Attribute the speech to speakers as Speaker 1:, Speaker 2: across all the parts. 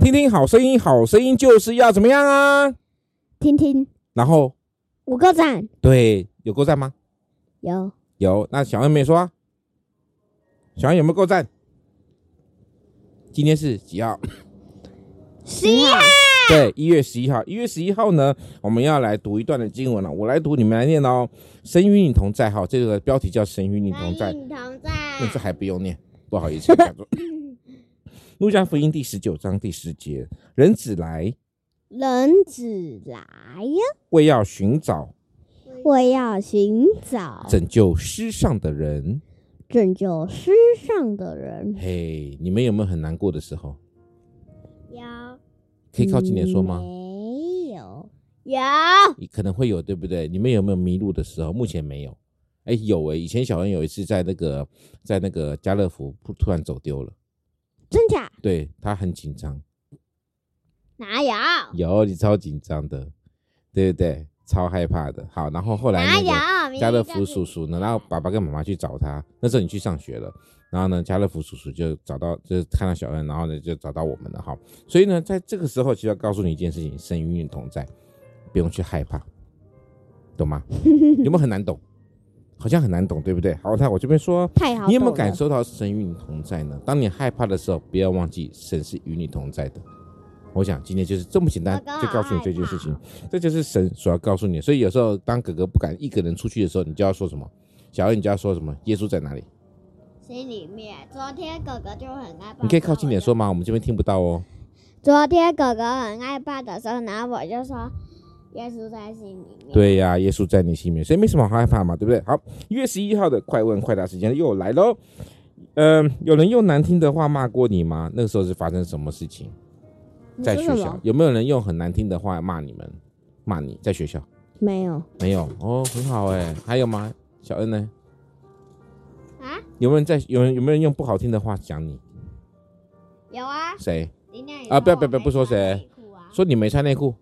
Speaker 1: 听听好声音，好声音就是要怎么样啊？
Speaker 2: 听听
Speaker 1: 然后
Speaker 2: 五个赞，
Speaker 1: 对，有够赞吗？
Speaker 2: 有
Speaker 1: 有，那小恩没说、啊，小恩有没有够赞？今天是几号？
Speaker 2: 十一号，
Speaker 1: 对，一月十一号，一月十一号呢，我们要来读一段的经文了、啊我来读，你们来念哦。神与你同在，哈，这个标题叫《神与你同在》，
Speaker 2: 你同
Speaker 1: 那这
Speaker 2: 在，
Speaker 1: 还不用念，不好意思。讲错路加福音第十九章第十节，人子来，
Speaker 2: 人子来呀，
Speaker 1: 为要寻找
Speaker 2: 我要寻找
Speaker 1: 拯救世上的人。
Speaker 2: 拯救世上的人。
Speaker 1: 嘿，你们有没有很难过的时候？
Speaker 2: 有，
Speaker 1: 可以靠近点说
Speaker 2: 嗯
Speaker 1: 吗？
Speaker 2: 没有，有，
Speaker 1: 可能会有，对不对？你们有没有迷路的时候？目前没有。哎，有哎，以前小恩有一次在那个在那个家乐福突突然走丢了，
Speaker 2: 真假？
Speaker 1: 对他很紧张，
Speaker 2: 哪有？
Speaker 1: 有你超紧张的，对不对？超害怕的。好，然后后来
Speaker 2: 哪
Speaker 1: 那个
Speaker 2: 有？
Speaker 1: 家乐福叔叔呢，然后爸爸跟妈妈去找他，那时候你去上学了，然后呢，家乐福叔叔就找到，就是看到小恩，然后呢就找到我们了哈。所以呢，在这个时候，其实要告诉你一件事情：神与你同在，不用去害怕，懂吗？有没有很难懂？好像很难懂，对不对？好，那我这边说，
Speaker 2: 太好，
Speaker 1: 你有没有感？受到神与你同在呢？当你害怕的时候，不要忘记神是与你同在的。我想今天就是这么简单
Speaker 2: 我刚，好
Speaker 1: 就告诉你这件事情，这就是神所要告诉你的。所以有时候当哥哥不敢一个人出去的时候，你就要说什么？小恩，你就要说什么？耶稣在哪里？
Speaker 2: 心里面，昨天哥哥就很害怕。
Speaker 1: 你可以靠近点说吗？我们这边听不到哦。
Speaker 2: 昨天狗狗很害怕的时候，然后我就说耶稣在心里面。，
Speaker 1: 对呀、耶稣在你心里面，所以没什么好害怕嘛，对不对？好，一月十一号的快问快答时间又来喽。嗯、有人用难听的话骂过你吗？那个时候是发生什么事情？在学校有没有人用很难听的话骂你们？骂你在学校
Speaker 2: 没有
Speaker 1: 没有哦，很好哎。还有吗？小恩呢？
Speaker 2: 啊？
Speaker 1: 有没有人在有人有没有人用不好听的话讲你？
Speaker 2: 有啊，
Speaker 1: 谁
Speaker 2: 林亮也
Speaker 1: 啊不要
Speaker 2: 说
Speaker 1: 不
Speaker 2: 我
Speaker 1: 要不要不说谁
Speaker 2: 没穿内裤啊，
Speaker 1: 说你没穿内裤？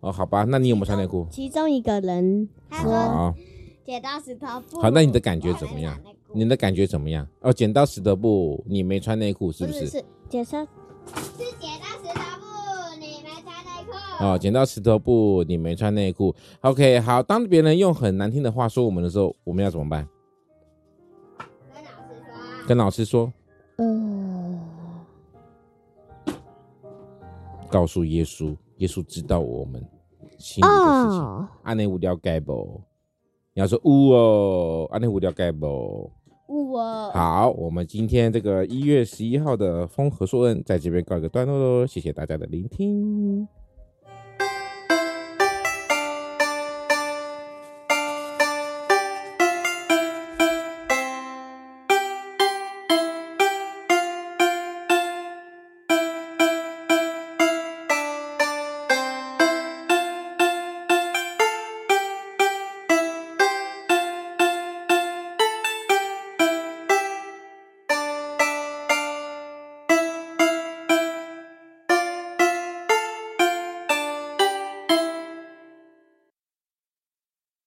Speaker 1: 哦，好吧，那你有没有穿内裤？
Speaker 2: 其中一个人
Speaker 1: 好
Speaker 2: 他说
Speaker 1: 好，
Speaker 2: 剪刀石头布。
Speaker 1: 好那你的感觉怎么样你的感觉怎么样？哦，剪刀石头布，你没穿内裤是
Speaker 2: 不
Speaker 1: 不是？
Speaker 2: 是解释
Speaker 3: 是剪刀石头布，你没穿内裤。
Speaker 1: 哦，剪刀石头布，你没穿内裤。OK，好，当别人用很难听的话说我们的时候，我们要怎么办？
Speaker 3: 跟老师说啊，
Speaker 1: 跟老师说，
Speaker 2: 呃，
Speaker 1: 告诉耶稣，耶稣知道我们心里的事情。
Speaker 2: 哦，
Speaker 1: 安内无聊盖不？你要说呜哦，安内无聊盖不？
Speaker 2: 我
Speaker 1: 好，我们今天这个一月十一号的风和硕恩在这边告一个段落喽，谢谢大家的聆听。